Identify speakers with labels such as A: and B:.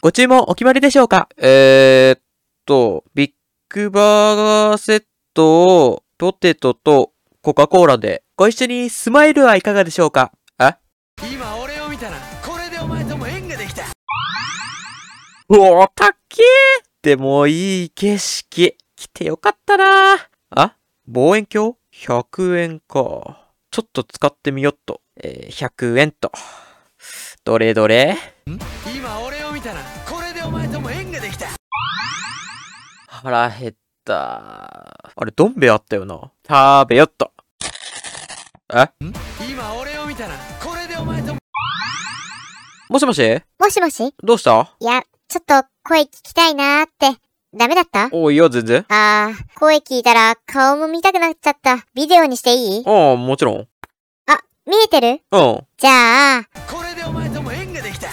A: ご注文お決まりでしょうかえー、っと、ビッグバーガーセットをポテトとコカ・コーラで、ご一緒にスマイルはいかがでしょうかえ
B: 今俺を見たらこれでお前とも縁ができた
A: うおー、たっけーでもいい景色。来てよかったなー。あ望遠鏡 ?100 円か。ちょっと使ってみよっと。えー、100円と。どれどれ
B: 今俺を見たらこれでお前とも縁ができた
A: 腹減った。あれ、どん兵衛あったよな。食べよっと。え
B: 今俺を見たらこれでお前とも
A: もしもし
C: もしもしい
A: どうした
C: や、ちょっと声聞きたいなーって。ダメだった
A: おいいや、全然。
C: あー、声聞いたら顔も見たくなっちゃった。ビデオにしていい
A: ああ、もちろん。
C: 見えてる
A: うん。
C: じゃあ、
B: こ